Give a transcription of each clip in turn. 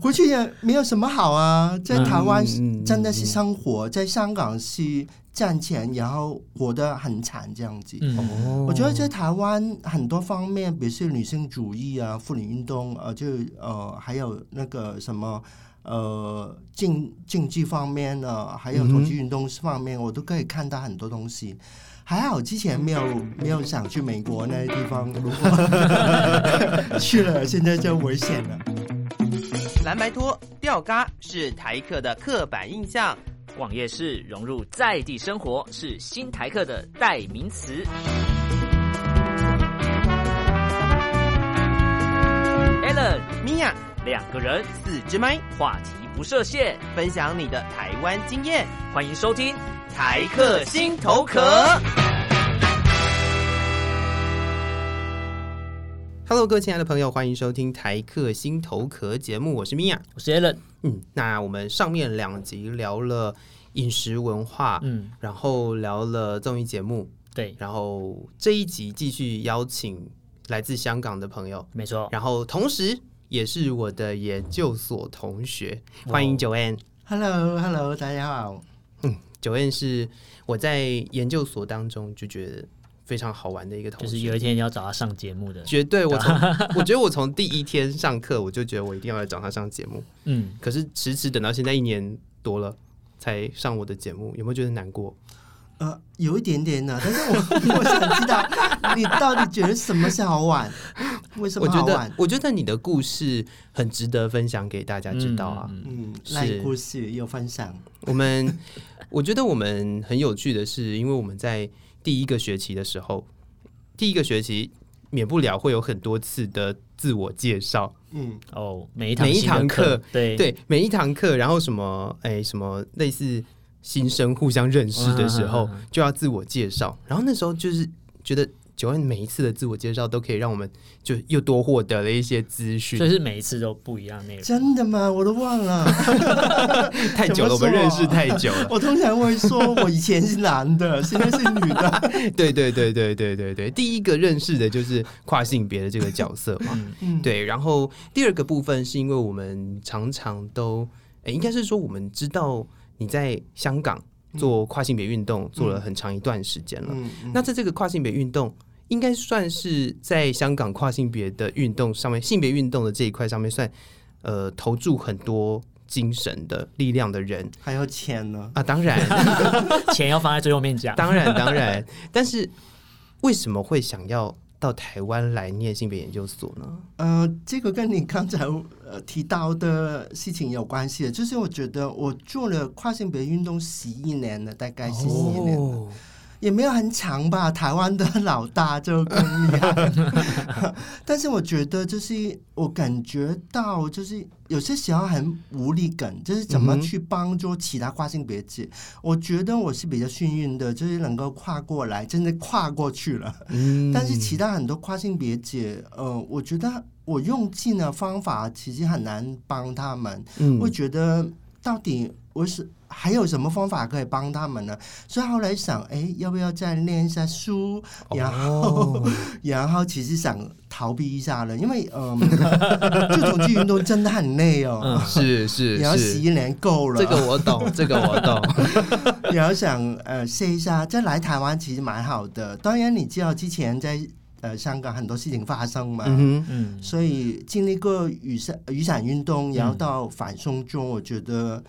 回去也没有什么好啊，在台湾嗯嗯嗯真的是生活，在香港是赚钱，然后活得很惨这样子。嗯，我觉得在台湾很多方面，比如说女性主义啊、妇女运动，呃，就呃，还有那个什么呃经经济方面呢，还有同志运动方面，我都可以看到很多东西。还好之前没有没有想去美国那些地方，如果 去了现在就危险了。蓝白拖、吊嘎是台客的刻板印象。逛夜市融入在地生活是新台客的代名词。Allen 米娅，两个人四支麦，话题不设限，分享你的台湾经验，欢迎收听台客心头壳。 Hello，各位亲爱的朋友，欢迎收听台客心头壳节目，我是米娅。我是 Allen，嗯，那我们上面两集聊了饮食文化，嗯，然后聊了综艺节目，对，然后这一集继续邀请来自香港的朋友，没错，然后同时也是我的研究所同学，欢迎 Joanne。 Hello，Hello，大家好。 Joanne 是我在研究所当中就觉得非常好玩的一个同就学，是有一天你要找他上节目的，绝对我 从我觉得我从第一天上课我就觉得我一定要来找他上节目，嗯，可是迟迟等到现在一年多了才上我的节目，有没有觉得难过？呃，有一点点呢、但是我 我想知道你到底觉得什么是好玩？为什我么好觉玩得？我觉得你的故事很值得分享给大家知道啊。嗯，嗯嗯嗯，是那你故事有分享，我们 我觉得我们很有趣的是，因为我们在第一个学期的时候，第一个学期免不了会有很多次的自我介绍。嗯，哦，每一堂每一新的堂课课，对，对，每一堂课，然后什么，哎、什么类似新生互相认识的时候嗯嗯嗯嗯，就要自我介绍。然后那时候就是觉得九恩每一次的自我介绍都可以让我们就又多获得了一些资所讯。以是每一次都不一样内容，真的吗？我都忘 了。太久了，我怎么们认识说啊太久了。我通常会说我以前是男的，现在是女的。对对对对对对对，第一个认识的就是跨性别的这个角色嘛。嗯，， 对，然后第二个部分是因为我们常常都，诶应该是说我们知道你在香港做跨性别运动做了很长一段时间了。嗯，嗯那在这个跨性别运动，应该算是在香港跨性别的运动上面，性别运动的这一块上面算，呃，投注很多精神的力量的人还有钱呢？啊。当然， 钱要放在最后面讲，当然，当然，但是为什么会想要到台湾来念性别研究所呢？呃，这个跟你刚才呃提到的事情有关系的，就是我觉得我做了跨性别运动十一年了，大概是十一年了。哦，也没有很长吧，台湾的 老大就更厉害。 但是我觉得，就是我感觉到，就是有些时候很无力感，就是怎么嗯哼去帮助其他跨性别者。我觉得我是比较幸运的，就是能够跨过来，真的跨过去了。嗯但是其他很多跨性别者，呃，我觉得我用尽了方法，其实很难帮他们。嗯会觉得到底我是还有什么方法可以帮他们呢？所以后来想，哎，要不要再练一下书？哦然后， 然后其实想逃避一下了，因为嗯， 这种剧运动真的很累哦。是嗯是然后十是，一年够了，这个我懂，这个我懂。然后想呃歇一下，再来台湾其实蛮好的。当然你知道之前在呃香港很多事情发生嘛，嗯哼，嗯，所以经历过雨伞雨伞运动，然后到反送中，我觉得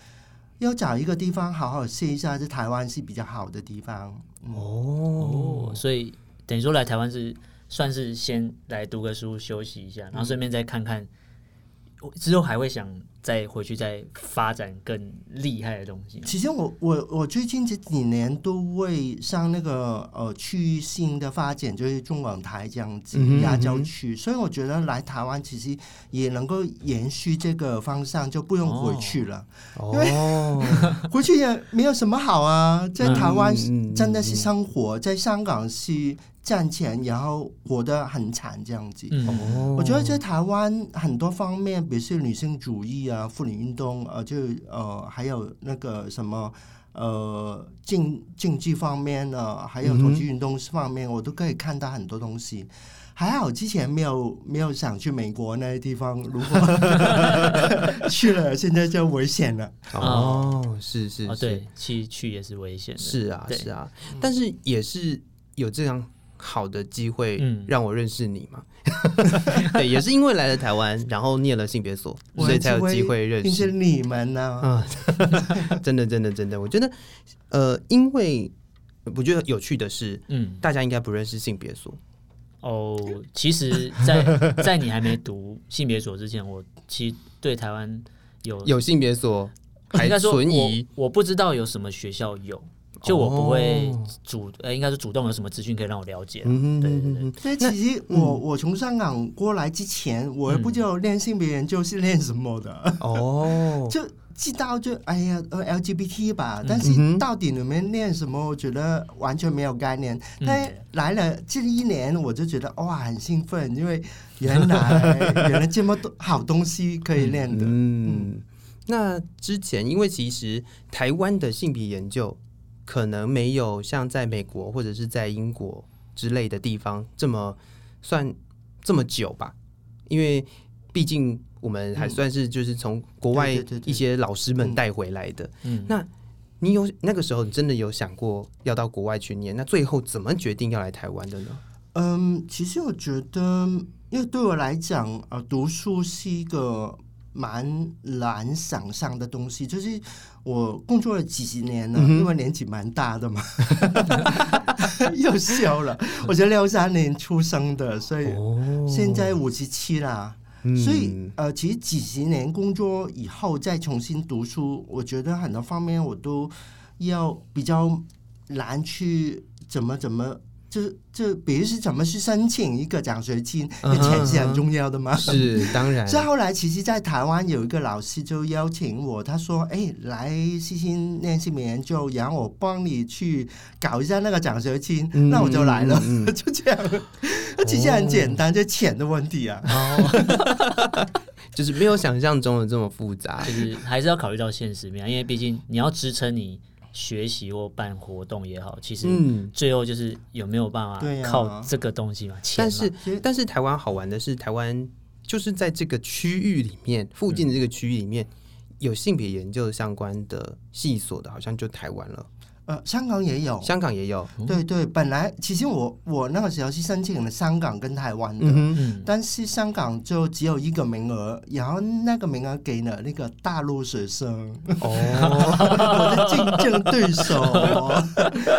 要找一个地方好好歇一下，在台湾是比较好的地方。嗯哦，所以等于说来台湾是算是先来读个书休息一下，然后顺便再看看，我之后还会想再回去再发展更厉害的东西。其实我我我最近这几年都会上那个呃区域性的发展，就是中港台这样子嗯哼亚洲嗯哼区，所以我觉得来台湾其实也能够延续这个方向，就不用回去了。哦，回去也没有什么好啊，在台湾嗯嗯嗯真的是生活，在香港是赚钱，然后活得很惨这样子。哦嗯，我觉得在台湾很多方面，比如说女性主义啊、妇女运动，呃，就呃，还有那个什么呃啊经经济方面呢、还有同志运动方面，我都可以看到很多东西。还好之前没有没有想去美国那些地方，如果 去了现在就危险了。哦，是是哦，是，对，去去也是危险的，是啊对嗯是啊，但是也是有这样好的机会嗯让我认识你 嘛。对，也是因为来了台湾，然后念了性别所，所以才有机会认并是 识。你们呢、啊，真的真的真的，我觉得呃，因为我觉得有趣的是，嗯，大家应该不认识性别所。哦，其实在， 在你还没读性别所之前，我其实对台湾有呃有性别所还应该说存我 疑，我不知道有什么学校有，就我不会哦主、呃，应该是主动有什么资讯可以让我了解。啊嗯哼对对哼哼对哼，所以其实我、嗯我从香港过来之前，我也不知道练性别研究是练什么的，嗯 哦，就知道就哎呀呃 LGBT 吧，但嗯哼是到底你们练什么，我觉得完全没有概念。嗯但是来了这一年，我就觉得哇很兴奋，因为原来 原来这么多好东西可以练的。嗯，那之前因为其实台湾的性别研究可能没有像在美国或者是在英国之类的地方这么算这么久吧，因为毕竟我们还算是就是从国外对对对对一些老师们嗯带回来的。嗯，那你有那个时候你真的有想过要到国外去念？那最后怎么决定要来台湾 的呢？嗯，其实我觉得，因为对我来讲，呃，读书是一个蛮难想象的东西。就是我工作了几十年了，嗯因为年纪蛮大的嘛， 又笑了。我是六三年出生的，所以哦嗯现在五十七啦。所以呃，其实几十年工作以后再重新读书，我觉得很多方面我都要比较难去怎么怎么。就就比如是怎么去申请一个奖学金，嗯哼这钱是很重要的嘛。是当然，所以后来其实，在台湾有一个老师就邀请我，他说：“哎，来西星练习研究，然后我帮你去搞一下那个奖学金。嗯那我就来了，嗯 就这样。其实很简单，就钱的问题哦啊。就是没有想象中的这么复杂就。是还是要考虑到现实面啊，因为毕竟你要支撑你学习或办活动也好，其实嗯，最后就是有没有办法对啊靠这个东西嘛，钱嘛但是其实但是台湾好玩的是，台湾就是在这个区域里面，附近的这个区域里面。有性别研究相关的系所的，好像就台湾了，呃，香港也有，香港也有。对对，本来其实我我那个时候是申请了香港跟台湾的，嗯哼，嗯，但是香港就只有一个名额，然后那个名额给了那个大陆学生，哦，我的竞争对 手，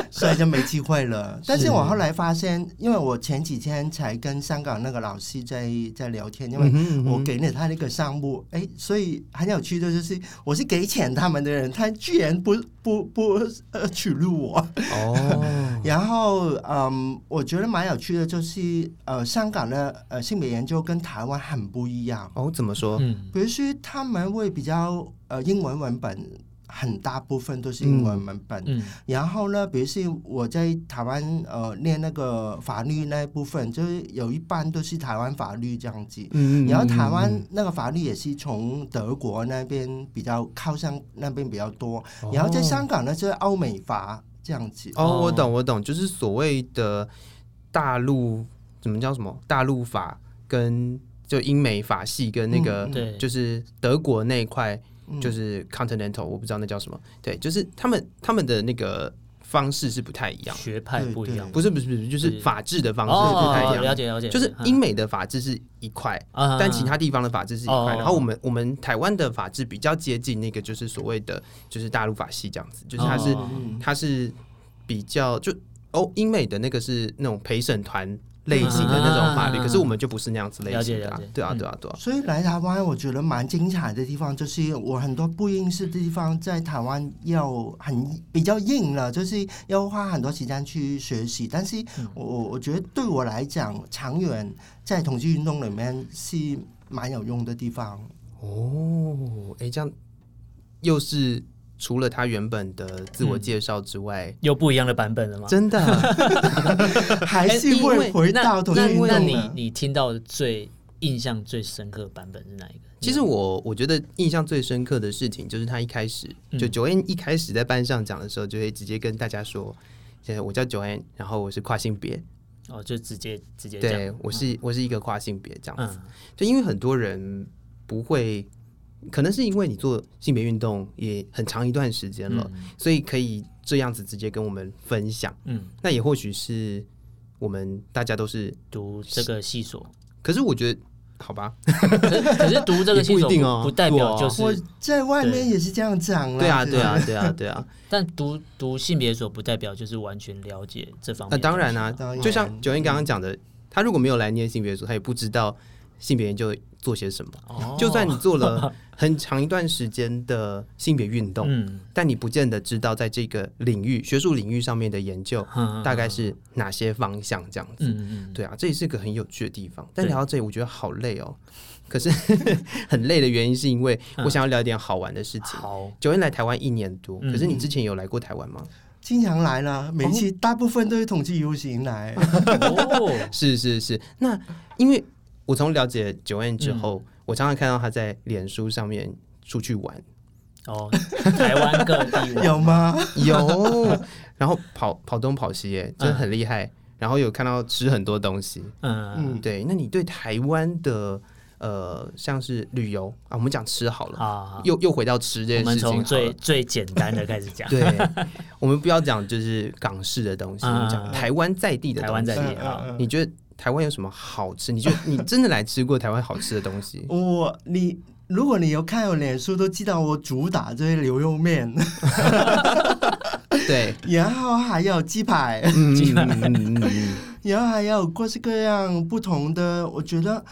所以就没机会了。但是我后来发现，因为我前几天才跟香港那个老师在在聊天，因为嗯哼嗯哼我给了他那个项目，哎，所以很有趣的就是，我是给钱他们的人，他居然不不不呃取录我。 哦，然后，嗯，我觉得蛮有趣的，就是呃，香港的呃性别研究跟台湾很不一样。哦，怎么说？嗯比如说，他们会比较呃英文文本，很大部分都是英文文本。嗯然后呢，比如说我在台湾呃念那个法律那一部分，就是有一半都是台湾法律这样子。嗯然后台湾那个法律也是从德国那边比较靠向那边比较多，然后在香港呢就是欧美法这样子。哦，我懂，我懂，就是所谓的大陆，怎么叫什么大陆法跟就英美法系跟那个，嗯对就是德国那一块，嗯就是 continental，我不知道那叫什么，对，就是他们他们的那个方式是不太一样，学派不一样对，不是不是不是，就是对法治的方式不太哦，一了样，解了解，就是英美的法治是一块，啊，但其他地方的法治是一块，哦然后我们我们台湾的法治比较接近那个就是所谓的就是大陆法系这样子，就是它是嗯哦嗯它是比较就哦英美的那个是那种陪审团类型的那种法律，嗯可是我们就不是那样子类型的了解啊了解，对啊嗯对啊对啊，所以来台湾，我觉得蛮精彩的地方就是我很多不认识的地方，在台湾要很比较硬了，就是要花很多时间去学习。但是嗯我我我觉得对我来讲，长远在统计运动里面是蛮有用的地 方。哦，哎这样又是除了他原本的自我介绍之外，又不一样的版本了吗？真的啊还哎是因会为回那到统计那运动的哎那你你听到的最印象最深刻的版本是哪一个？其实我我觉得印象最深刻的事情就是他一开始就嗯九 N 一开始在班上讲的时候，就会直接跟大家说，现在我叫九 N，然后我是跨性别，哦，就直接直接嗯这对样，我是我是一个跨性别这样子，嗯就因为很多人不会，可能是因为你做性别运动也很长一段时间了，所以可以这样子直接跟我们分享。嗯，那也或许是我们大家都是，读这个系所， 可是我觉得好吧，可是读这个系也所不一定哦不代表就我是，在外对面也是这样讲啦。对啊，其实对啊，对啊，对啊。但读读性别所不代表就是完全了解这方面那的东当西。然啊当，然就像九燕刚刚讲的，嗯他如果没有来念性别组，他也不知道性别研究做些什么。哦就算你做 了很长一段时间的性别运动，嗯，但你不见得知道在这个领域、学术领域上面的研究嗯大概是哪些方向这样子。嗯嗯嗯，对啊，这也是个很有趣的地方。但对聊到这里，我觉得好累哦。可是 很累的原因是因为嗯我想要聊一点好玩的事情。好，九燕来台湾一年多，嗯可是你之前有来过台湾吗？经常来啦，每期大部分都是统计游行 来。哦，是是是，那因为我从了解九恩之后，嗯我常常看到他在脸书上面出去 玩，哦，台湾各地玩有吗？有，然后跑跑东跑西，耶，真的很厉害。然后有看到吃很多东西，嗯，嗯，对。那你对台湾的呃，像是旅游啊，我们讲吃好了，好，好又又回到吃这我件们事情好从了。，最最简单的开始讲对， 我们不要讲就是港式的东西，我们嗯嗯讲嗯台湾在地的东西。台湾在地嗯好，嗯嗯？你觉得台湾有什么好吃？你觉得 你真的来吃过台湾好吃的东西我你如果你有看我脸书，都知道我主打这些牛肉面， 对，然后还有鸡排， 嗯嗯嗯嗯嗯然后还有各式各样不同的。我觉得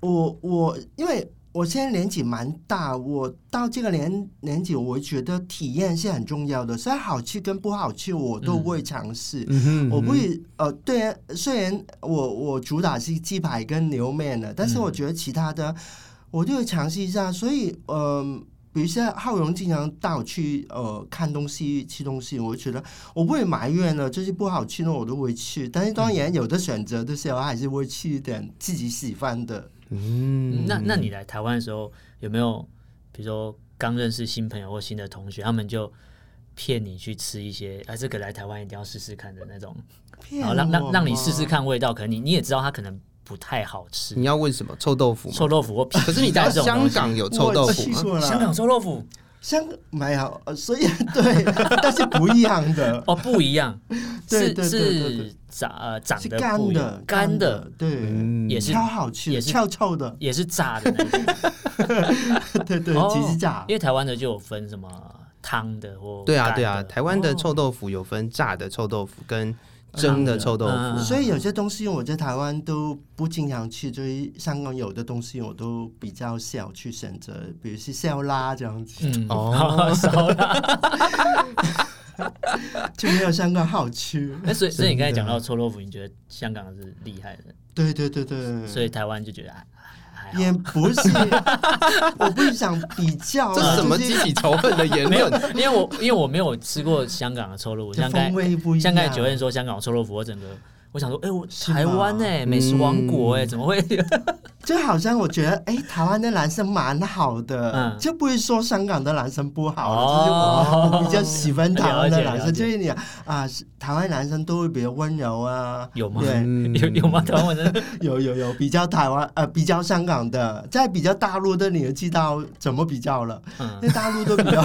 我我因为我现在年纪蛮大，我到这个年年纪，我觉得体验是很重要的，虽然好吃跟不好吃我都会尝试。嗯哼，我不会呃，对啊，虽然我我主打是鸡排跟牛面的，但是我觉得其他的我都会尝试一下。所以，嗯、比如说浩荣经常带我去呃看东西、吃东西，我就觉得我不会埋怨了，就是不好吃的我都会吃。但是当然有的选择的时候，还是会吃一点自己喜欢的。嗯那那你来台湾的时候有没有，比如说刚认识新朋友或新的同学，他们就骗你去吃一些啊，这个来台湾一定要试试看的那种，然后让让让你试试看味道，可能你你也知道它可能不太好吃你，要问什么？臭豆腐吗？臭豆腐或可是你知道在香港有臭豆腐我去吗？过香港了，臭豆腐香港没有，呃所以 对，但是不一样的。哦不一样， 对是对对对对是长呃长是得干不一样的，干的的，对，嗯也是超好吃的，也是超臭 的，也是炸的那种，对 对，哦几只炸因，为台湾的就有分什么汤的或对啊干对啊，的台湾的臭豆腐有分炸的臭豆腐跟蒸的臭豆嗯嗯嗯腐。所以有些东西我在台湾都不经常吃，就是香港有的东西我都比较少去选择，比如是烧腊这样子，嗯 哦哦烧腊。就没有香港好 吃。那 所以，所以你刚才讲到臭豆腐，你觉得香港是厉害的，对对对对，所以台湾就觉得还还好也不 是，我不想比较啊，这是什么就激起仇恨的言没有论？，因为我因为我没有吃过香港的 臭豆腐，就像刚才风味不一样嗯像刚才九燕说香港的臭豆腐，我整个我想说，哎、我是吗台湾哎、美食王国哎、怎么会？ 就好像我觉得，哎，台湾的男生蛮好的，嗯就不会说香港的男生不好，哦只是我我比较喜欢台湾的男了解了生，解就是你啊，是台湾男生都会比较温柔啊， 有吗？对，嗯有有吗？台湾人有有有比较台湾呃比较香港的，在比较大陆的你就知道怎么比较了，嗯因为大陆都比较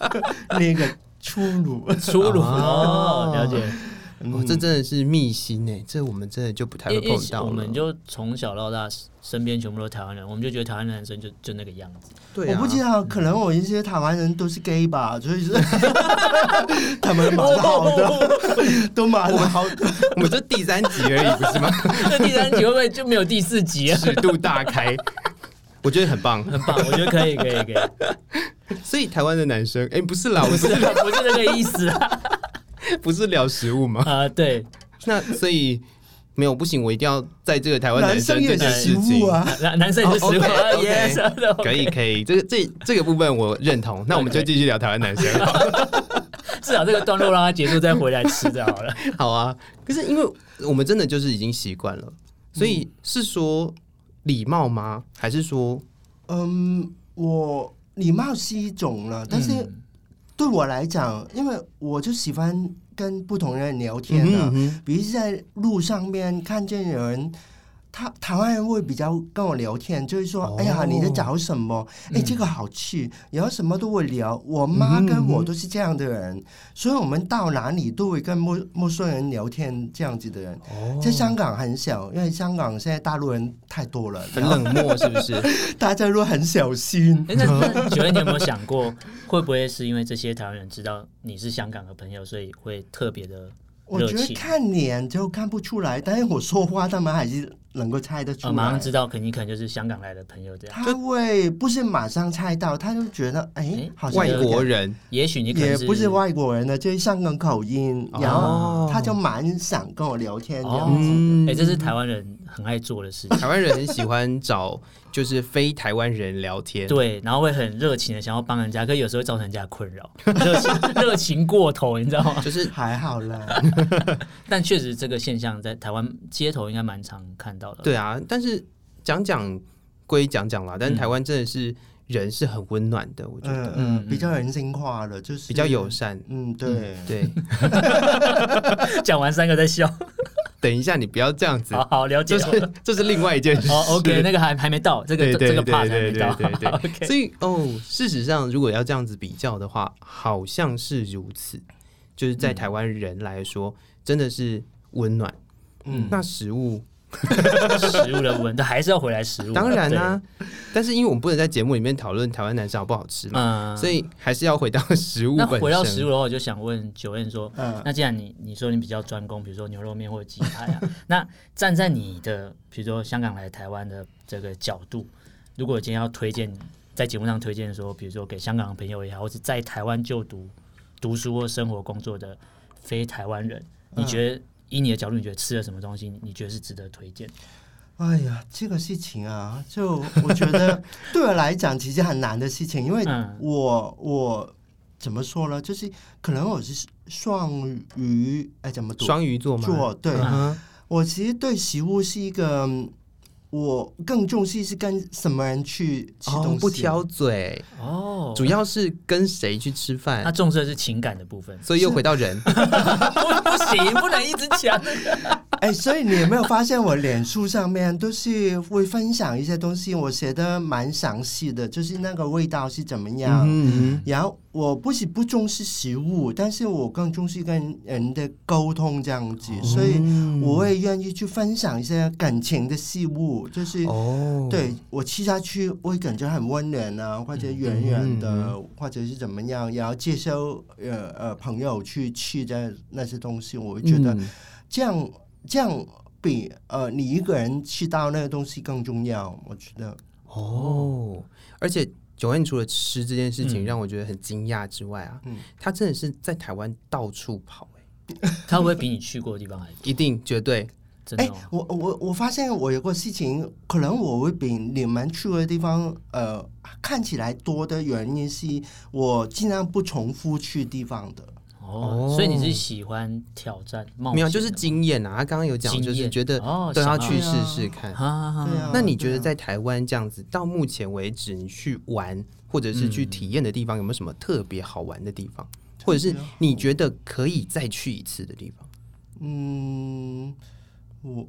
那个粗鲁，粗鲁哦 哦，了解。哦这真的是秘辛哎，这我们真的就不太会因为碰到了。我们就从小到大身边全部都是台湾人，我们就觉得台湾男生就就那个样子。对我啊，不知道，可能我一些台湾人都是 gay 嗯吧，所以是 他们 哦蛮好的，都蛮好的。 我们这第三集而已，不 是吗？ 那第三集会不会就没有第四集啊？尺度大开，我觉得很棒。很棒，我觉得可以，可以，可 以。所以台湾的男生，哎，不是啦，我们不是是不是那个意思啊。不是聊食物 吗？啊，对，那所以没有不行，我一定要在这个台湾男生生这也件是食事物情。啊，男男生也是哦十五，OK， 啊 OK ，yes，可以可以，这个这这个部分我认同。那我们就继续聊台湾男生 好了。至少这个段落让他结束，再回来吃 就好了。好啊，可是因为我们真的就是已经习惯了，所以是说礼貌吗？还是说嗯，我嗯礼貌是一种了，但是对我来讲，因为我就喜欢跟不同人聊天嗯啊，哼嗯比如在路上面看见有人，他台湾人会比较跟我聊天，就是说，哦嗯哎呀，你在找什么？哎，这个好吃，然后什么都会聊。我妈嗯哼嗯跟哼我都是这样的人，所以我们到哪里都会跟陌陌生人聊天，这样子的人。哼，在哦，香港很小，因为香港现在大陆人太多了，很冷漠是不是？大家都很小心。哎，那那九恩，你有没有想过，会不会是因为这些台湾人知道你是香港的朋友，所以会特别的我热觉得情？看脸就看不出来，但是我说话他们还是能够猜得出呃，来。马上知道，肯定可能就是香港来的朋友这样。他会不是马上猜到，他就觉得哎诶，好像外有国点人也许你可能也不是外国人了，就是香港口音，然哦后他就蛮想跟我聊天这样子。嗯哎、这是台湾人很爱做的事情。台湾人很喜欢找就是非台湾人聊天，对，然后会很热情的想要帮人家，可有时候会造成人家的困 扰，热情热情过头，你知道吗？就是还好啦，嗯但确实这个现象在台湾街头应该蛮常看到的。对啊。但是讲讲归讲讲啦，但嗯是台湾真的是人是很温暖的，我觉嗯得嗯，比较人性化了，就是比较友，善。嗯，对，对，讲完三个再笑，等一下你不要这样子好，好了解这了。是 这是另外一件事。哦，OK，那个 还还没到，这个对对这个对 part 还对没对到。对对 OK，所以哦，事实上，如果要这样子比较的话，好像是如此。就是在台湾人来说，真的是温暖。嗯，那食物食物的文，但还是要回来食物。当然啊啦、但是因为我们不能在节目里面讨论台湾男生好不好吃对，嘛，嗯，所以还是要回到食物那本身。回到食物的话，我就想问九燕说，嗯那既然你你说你比较专攻，比如说牛肉面或者鸡排 啊，那站在你的比如说香港来台湾的这个角度，如果今天要推荐在节目上推荐说，比如说给香港的朋友也好，或者在台湾就读读书或生活工作的非台湾人，你觉得以你的角度，你觉得吃了什么东西，你觉得是值得推荐？哎呀，这个事情啊，就我觉得对我来讲其实很难的事情，因为嗯我我怎么说呢，就是可能我是双鱼，哎，怎么读？双鱼座嘛，座对，嗯哼我其实对食物是一个，嗯我更重视是跟什么人去吃东西，哦，不挑嘴，哦啊主要是跟谁去吃他饭，，重视的是情感的部分所以又回到人。不不行，不能一直讲。哎，所以你有没有发现我脸书上面都是会分享一些东西，我写的蛮详细的，就是那个味道是怎么样。嗯然后我不是不重视食物，但是我更重视跟人的沟通这样哦子，所以我会愿意去分享一些感情的事物，就是哼哦，对我吃下去，我会感觉很温暖啊，或者圆圆嗯的，或者是怎么样，然后介绍呃呃朋友去吃的那些东西，我会觉得嗯这样、这样比呃你一个人吃到那个东西更重要，我觉得。哦，而且九恩除了吃这件事情嗯让我觉得很惊讶之外啊，嗯他真的是在台湾到处跑、欸，他会不会比你去过的地方还一定绝对真的哎、哦、我我我发现我有个事情，可能我会比你们去的地方呃看起来多的原因是我尽量不重复去地方的。哦，哦所以你是喜欢挑战冒险的没有，吗？就是经验啊。他刚刚有讲，经验就是觉得哦都要想去要试试看。啊，对啊，那你觉对得啊在台湾这样子，到目前为止你去玩或者是去体验的地方，有没有什么特别好玩的地嗯方，或者是特别好你觉得可以再去一次的地方？嗯，我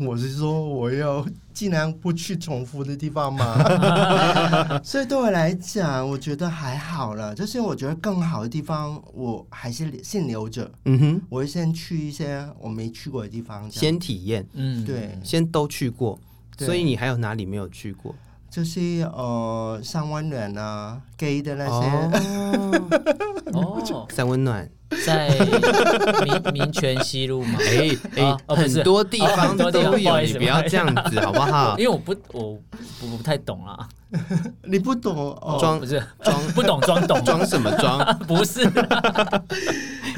我是说我要尽量不去重复的地方嘛， 所以对我来讲，我觉得还好了。就是我觉得更好的地方，我还是先留着，嗯哼，我会先去一些我没去过的地方。这样先体验，嗯，对，先都去过，对所以你还有哪里没有去过？就是呃，三温暖啊，gay 的那些，哦，哦，三 温暖，在 民民权西路吗？哎哎啊，哦不很是多地哦方很多地方不都有，好意你思不要这样子好不 好因？为我不我不不太懂啊， 你不懂哦，装不是装不懂装懂装什么装？不是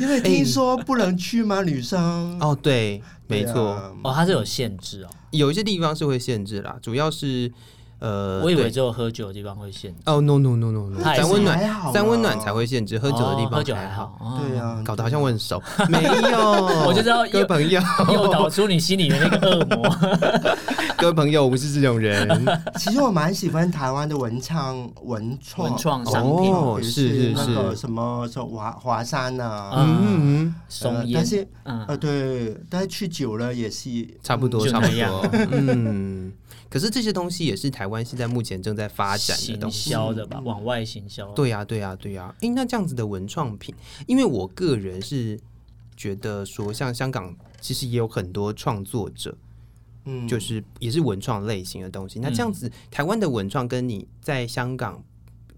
因为听说不能去吗？女生，哦，对，没对啊错，哦，它是有限制哦，有一些地方是会限制啦，主要是呃，我以为对只有喝酒的地方会限制，哦，no no no no，, no 它还是三温还好啦暖，三温暖才会限制，喝酒的地哦方喝酒还还好，，对啊。啊，搞得好像我很熟， 没有， 我就知道 各位又 朋友，诱导出你心里的那个恶魔，各位朋友，我不是这种人。其实我蛮喜欢台湾的文创、文创、文创 商品哦比如是是那个是什么什么华华山啊，嗯 嗯，松呃烟但是，嗯呃，对，但是去久了也是差不多，就差不那样多。 嗯，可是这些东西也是台湾现在目前正在发展的行东西。销的吧，往外行销。，嗯对呀、啊对呀、对呀、诶，那这样子的文创品，因为我个人是觉得说，像香港其实也有很多创作者，嗯，就是也是文创类型的东西。那这嗯样子，台湾的文创跟你在香港，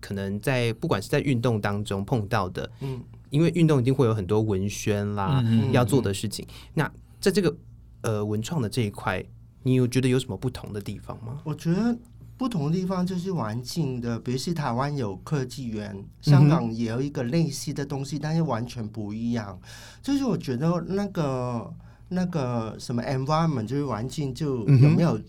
可能在不管是在运动当中碰到的，嗯因为运动一定会有很多文宣啦，嗯要做的事情。那在这个呃文创的这一块，你有觉得有什么不同的地方吗？我觉得不同的地方就是环境的，比如是台湾有科技园，香港也有一个类似的东西，但是完全不一样。就是我觉得那个那个什么 environment，就是环境，就嗯哼有没有、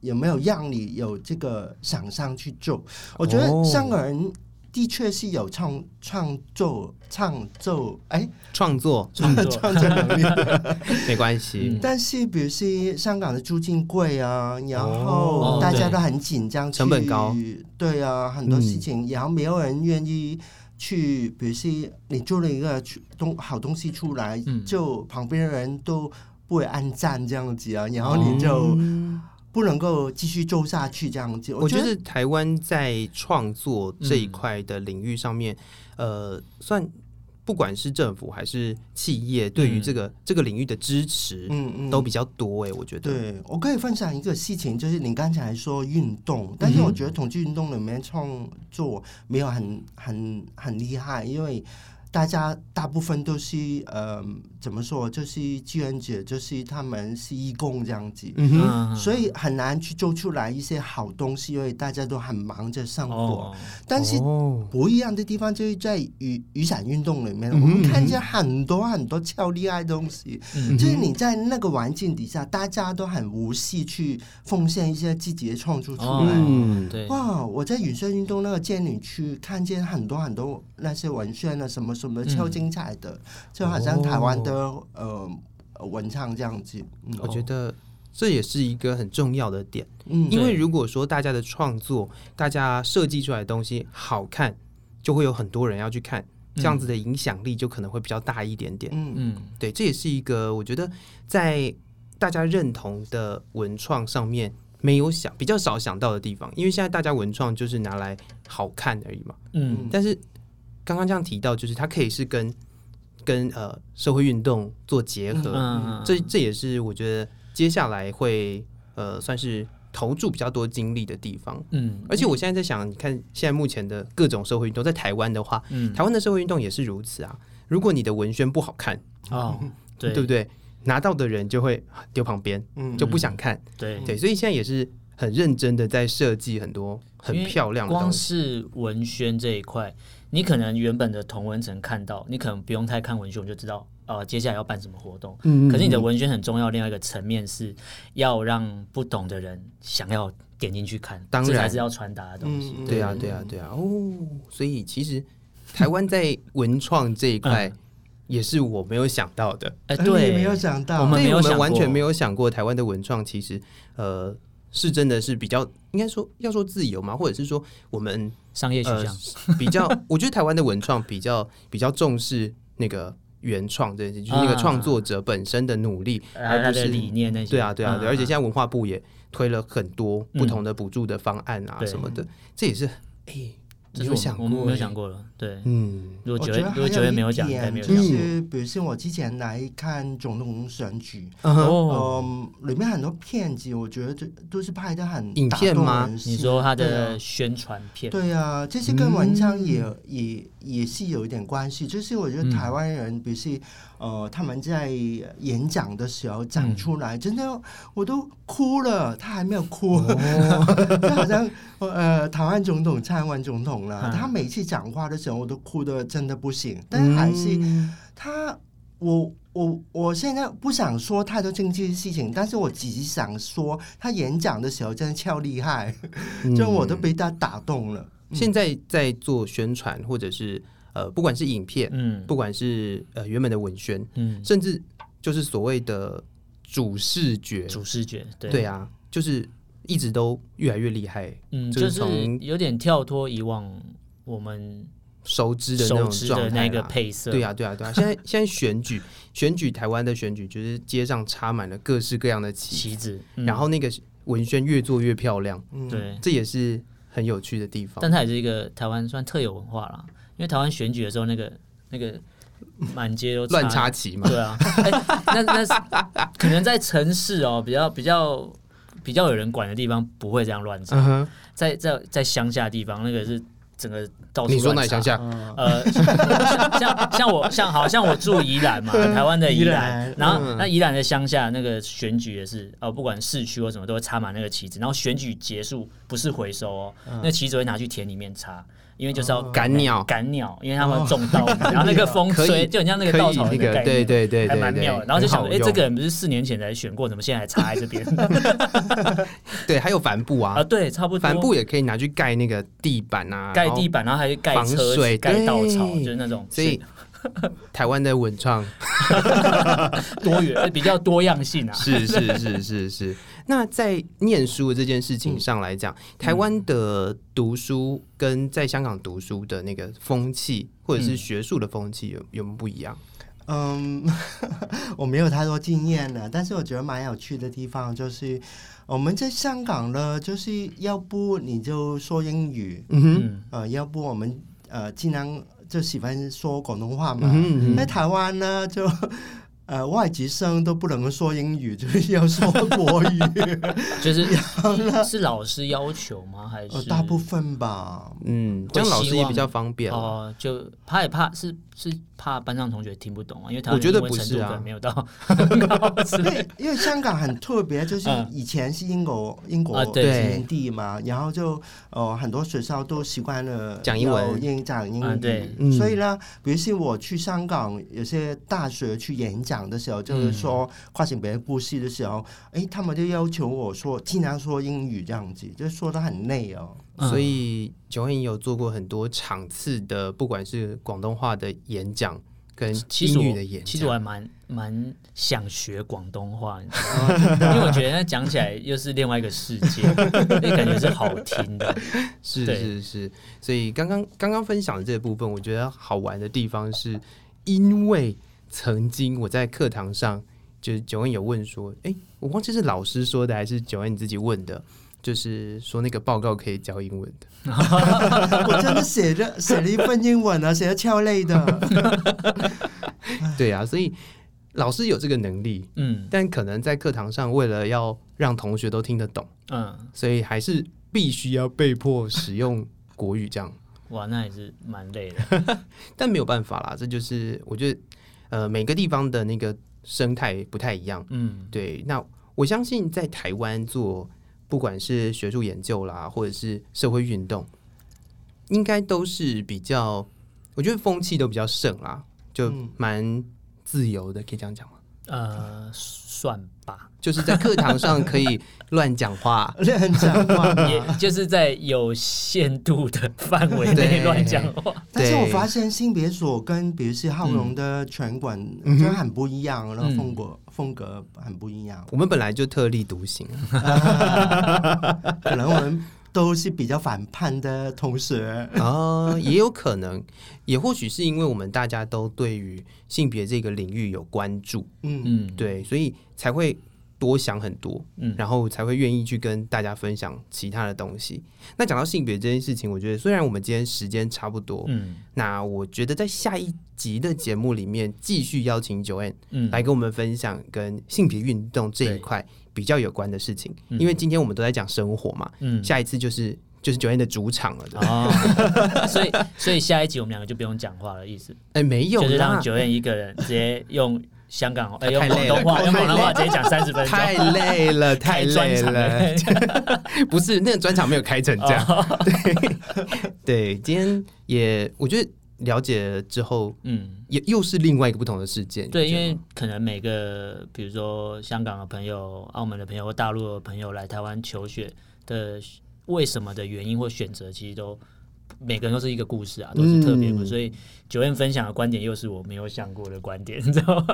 有没有让你有这个想象去做？我觉哦得香港人的确是有创创作创作 哎创作创作创作能力的，没关系，嗯但是比如是香港的租金贵啊，然哦后大家对都很紧张，成本高，对啊，很多事嗯情，然后没有人愿意去，比如是你做了一个出东好东西出来，嗯就旁边的人都不会按赞这样子啊，然后你就嗯不能够继续做下去这样子。我觉觉得得台湾在创作这嗯一块的领域上面，呃，算不管是政府还是企业，对于嗯这个、这个领域的支持嗯嗯都比较多哎、我觉得。对，我可以分享一个事情，就是你刚才说运动，但是我觉得统计运动里面创作没有很很很厉害，因为大家大部分都是呃怎么说，就是志愿者，就是他们是义工这样子，嗯哼，嗯所以很难去做出来一些好东西，因为大家都很忙着嗯生活。哦，但是哦不一样的地方就是在雨雨伞运动里面，嗯哼我们看见很多很多超厉害的东西。嗯就是你在那个环境底下，大家都很无私去奉献一些自己的创作出来。嗯哦，对，哇！我在雨轩运动那个建里区看见很多很多那些文宣啊，什么什么超精彩的，嗯就好像台湾的、哦呃文唱这样子。嗯我觉得这也是一个很重要的点。嗯因为对如果说大家的创作、大家设计出来的东西好看，就会有很多人要去看，这样子的影响力就可能会比较大一点点。嗯嗯对，这也是一个我觉得在大家认同的文创上面没有想比较少想到的地方，因为现在大家文创就是拿来好看而已嘛。嗯但是刚刚这样提到，就是它可以是跟跟呃社会运动做结合，嗯，这这也是我觉得接下来会呃算是投注比较多精力的地方。嗯而且我现在在想，你看现在目前的各种社会运动，在台湾的话，嗯台湾的社会运动也是如此啊。如果你的文宣不好看，哦，对对不对？拿到的人就会丢旁边，嗯就不想看。对对，所以现在也是很认真的在设计很多很因为漂亮的东光西。是文宣这一块，你可能原本的同文层看到，你可能不用太看文宣，我就知道呃接下来要办什么活动。嗯可是你的文宣很重要，另外一个层面是要让不懂的人想要点进去看，当这然才是要传达的东西。嗯嗯对啊，对啊，对啊。哦，所以其实台湾在文创这一嗯块也是我没有想到的。哎哎，对，你没有想到，我们对没有我想们过完全没有想过台湾的文创其实呃是真的是比较应该说要说自由嘛，或者是说我们商业取呃向，比较，我觉得台湾的文创比较比较重视那个原创这件事，就是那个啊创作者本身的努力，还有而他不的是理念那些。嗯对啊，对啊，对啊，而且现像在文化部也推了很多不同的补助的方案啊对嗯什么的，这也是哎，这是没有我想们过，我们没有想，过了。对，嗯，如我果觉九月得如还果九有月一没有讲，应该点没有就想过。是，比如说我之前来看总统选举，哦，嗯，里面很多片子，我觉得这都是拍的很影打片动吗人心你说他对的啊宣传片，对啊，这些跟文昌也、也也是有一点关系。就是我觉得台湾人，比如是呃，他们在演讲的时候讲出来，真的我都哭了，他还没有哭， 就好像呃，台湾总统蔡英文总统啦，嗯他每次讲话的时候，我都哭的真的不行，但是还是。他，我我我现在不想说太多政治的事情，但是我只是想说，他演讲的时候真的超厉害，就我都被他打动了。嗯现在在做宣传或者是呃，不管是影片，嗯不管是呃原本的文宣，嗯，甚至就是所谓的主视觉，主视觉，对对，啊，就是一直都越来越厉害，嗯，就就是是从有点跳脱以往我们熟知的那熟种知状的态那个啦配色，对啊，对啊，对啊！现在现在选举，选举台湾的选举，就是街上插满了各式各样的旗，旗子，嗯然后那个文宣越做越漂亮，对，这也是很有趣的地方。但它也是一个台湾算特有文化啦，因为台湾选举的时候那个那个满街都乱插旗嘛，对啊，哎那那是可能在城市哦，比较比较比较有人管的地方不会这样乱嗯插，哼，在在在乡下地方，那个是整个到处你说乱哪插乡？下？嗯呃，像像像我像好像我住宜兰嘛，台湾的宜宜兰兰，嗯然后那宜兰的乡下那个选举也是，呃，不管市区或什么都会插满那个旗子，然后选举结束不是回收哦，嗯那旗子会拿去田里面插，因为就是要哦赶鸟赶鸟，因为他们种稻米，然后那个风可以吹就很像那个可以稻草人的那个概念，对对对还蛮对对妙的。然后就想，很好哎，这用啊个人不是四年前才选过，怎么现在还插在这 边？对，还有帆布啊啊，，对，差不多。帆布也可以拿去盖那个地板啊，盖然后地板，然后还盖防车子水、盖稻草，对就是那种，所以台湾的文创多元呃比较多样性啊。是是是是是。那在念书这件事情嗯上来讲，台湾的读书跟在香港读书的那个风气，或者是学术的风气有有没有不一样？嗯， 我没有太多经验了，但是我觉得蛮有趣的地方就是，我们在香港呢，就是要不你就说英语，嗯哼，嗯，呃，要不我们呃尽量就喜欢说广东话嘛。嗯在哼，台湾呢，就呃外籍生都不能说英语，就是要说国 语，就是是老师要求吗？还呃哦是大部分吧。嗯，会这样老师希也望比较方便。哦，就怕也怕是是怕班上同学听不懂啊，因为他我觉得英文不程是度啊可能没有到 很高之因类为 因为香港很特别，就是嗯以前是英国英国啊殖对民地嘛，然后就呃很多学校都习惯了讲英文要英讲英啊语，对嗯所以呢，比如是我去香港有些大学去演讲的时候，嗯就是说跨性别故事的时候，诶，他们就要求我说尽量说英语这样子，就说的很累哦。 嗯所以九恩也有做过很多场次的，不管是广东话的演讲跟其实英我语的演其实我讲，还蛮蛮想学广东话，你知哦道吗？啊 因为我觉得那讲起来又是另外一个世界，那感觉是好听的。是对是是。所以刚刚刚刚分享的这部分，我觉得好玩的地方是，因为曾经我在课堂上，就是九恩有问说，哎、我忘记是老师说的还是九恩你自己问的，就是说那个报告可以教英文的。我真的写了写了一份英文啊，写的超累的。 对啊，所以老师有这个能力，嗯但可能在课堂上为了要让同学都听得懂。嗯，所以还是必须要被迫使用国语这样，哇，那也是蛮累的。但没有办法啦，这就是我觉得呃每个地方的那个生态不太一样。嗯，对，那我相信在台湾做不管是学术研究啦，或者是社会运动，应该都是比较，我觉得风气都比较盛啦，就嗯，蛮自由的，可以这样讲吗？呃，算吧，就是在课堂上可以乱讲话 乱讲话嘛，也就是在有限度的范围内对乱讲话。但是对我发现性别所跟比如是浩荣的拳馆嗯真的很不一样，那个嗯风格风格很不一样，我们本来就特立独行啊。可能我们都是比较反叛的同学。啊，也有可能，也或许是因为我们大家都对于性别这个领域有关注，嗯，嗯，对，所以才会多想很多，嗯然后才会愿意去跟大家分享其他的东西。那讲到性别这件事情，我觉得虽然我们今天时间差不多，嗯那我觉得在下一集的节目里面继续邀请 Joanne 嗯，来跟我们分享跟性别运动这一对块比较有关的事情，嗯因为今天我们都在讲生活嘛，嗯下一次就是就是 Joanne 的主场了。对吧哦， 所以所以下一集我们两个就不用讲话了，意思哎、没有就是啦让，九燕一个人直接用香港呃用 太广累了东话用广东话直接讲三十分钟，太 累了，太开专累场了。 不是那个专场没有开成这样。哦 对，今天也我觉得了解了之后，嗯，也又是另外一个不同的事件。对，你因觉得为吗可能每个比如说香港的朋友、澳门的朋友或大陆的朋友来台湾求学的为什么的原因或选择，其实都每个人都是一个故事啊，都是特别故事。嗯所以九燕分享的观点又是我没有想过的观点，你知道吗？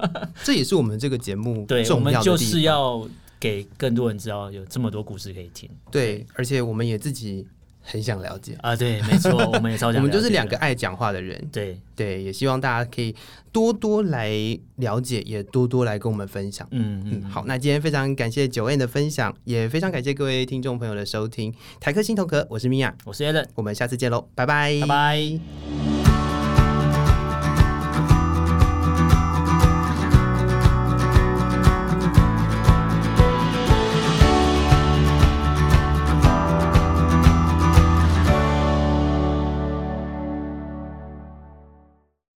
这也是我们这个节目对，我重们要的就地是方要给更多人知道有这么多故事可以听对，而且我们也自己很想了解，啊。对， 没错，我们也超 我想，们就是两个，爱讲话的人，对，对，也希望大家可以多多来了解，也多多来跟我们分享。嗯嗯，嗯，好，那今天非常感谢九 N 的分享，也非常感谢各位听众朋友的收听。台客心头壳，我是米娅，我是 a l l n 我们下次见喽，拜拜，拜拜。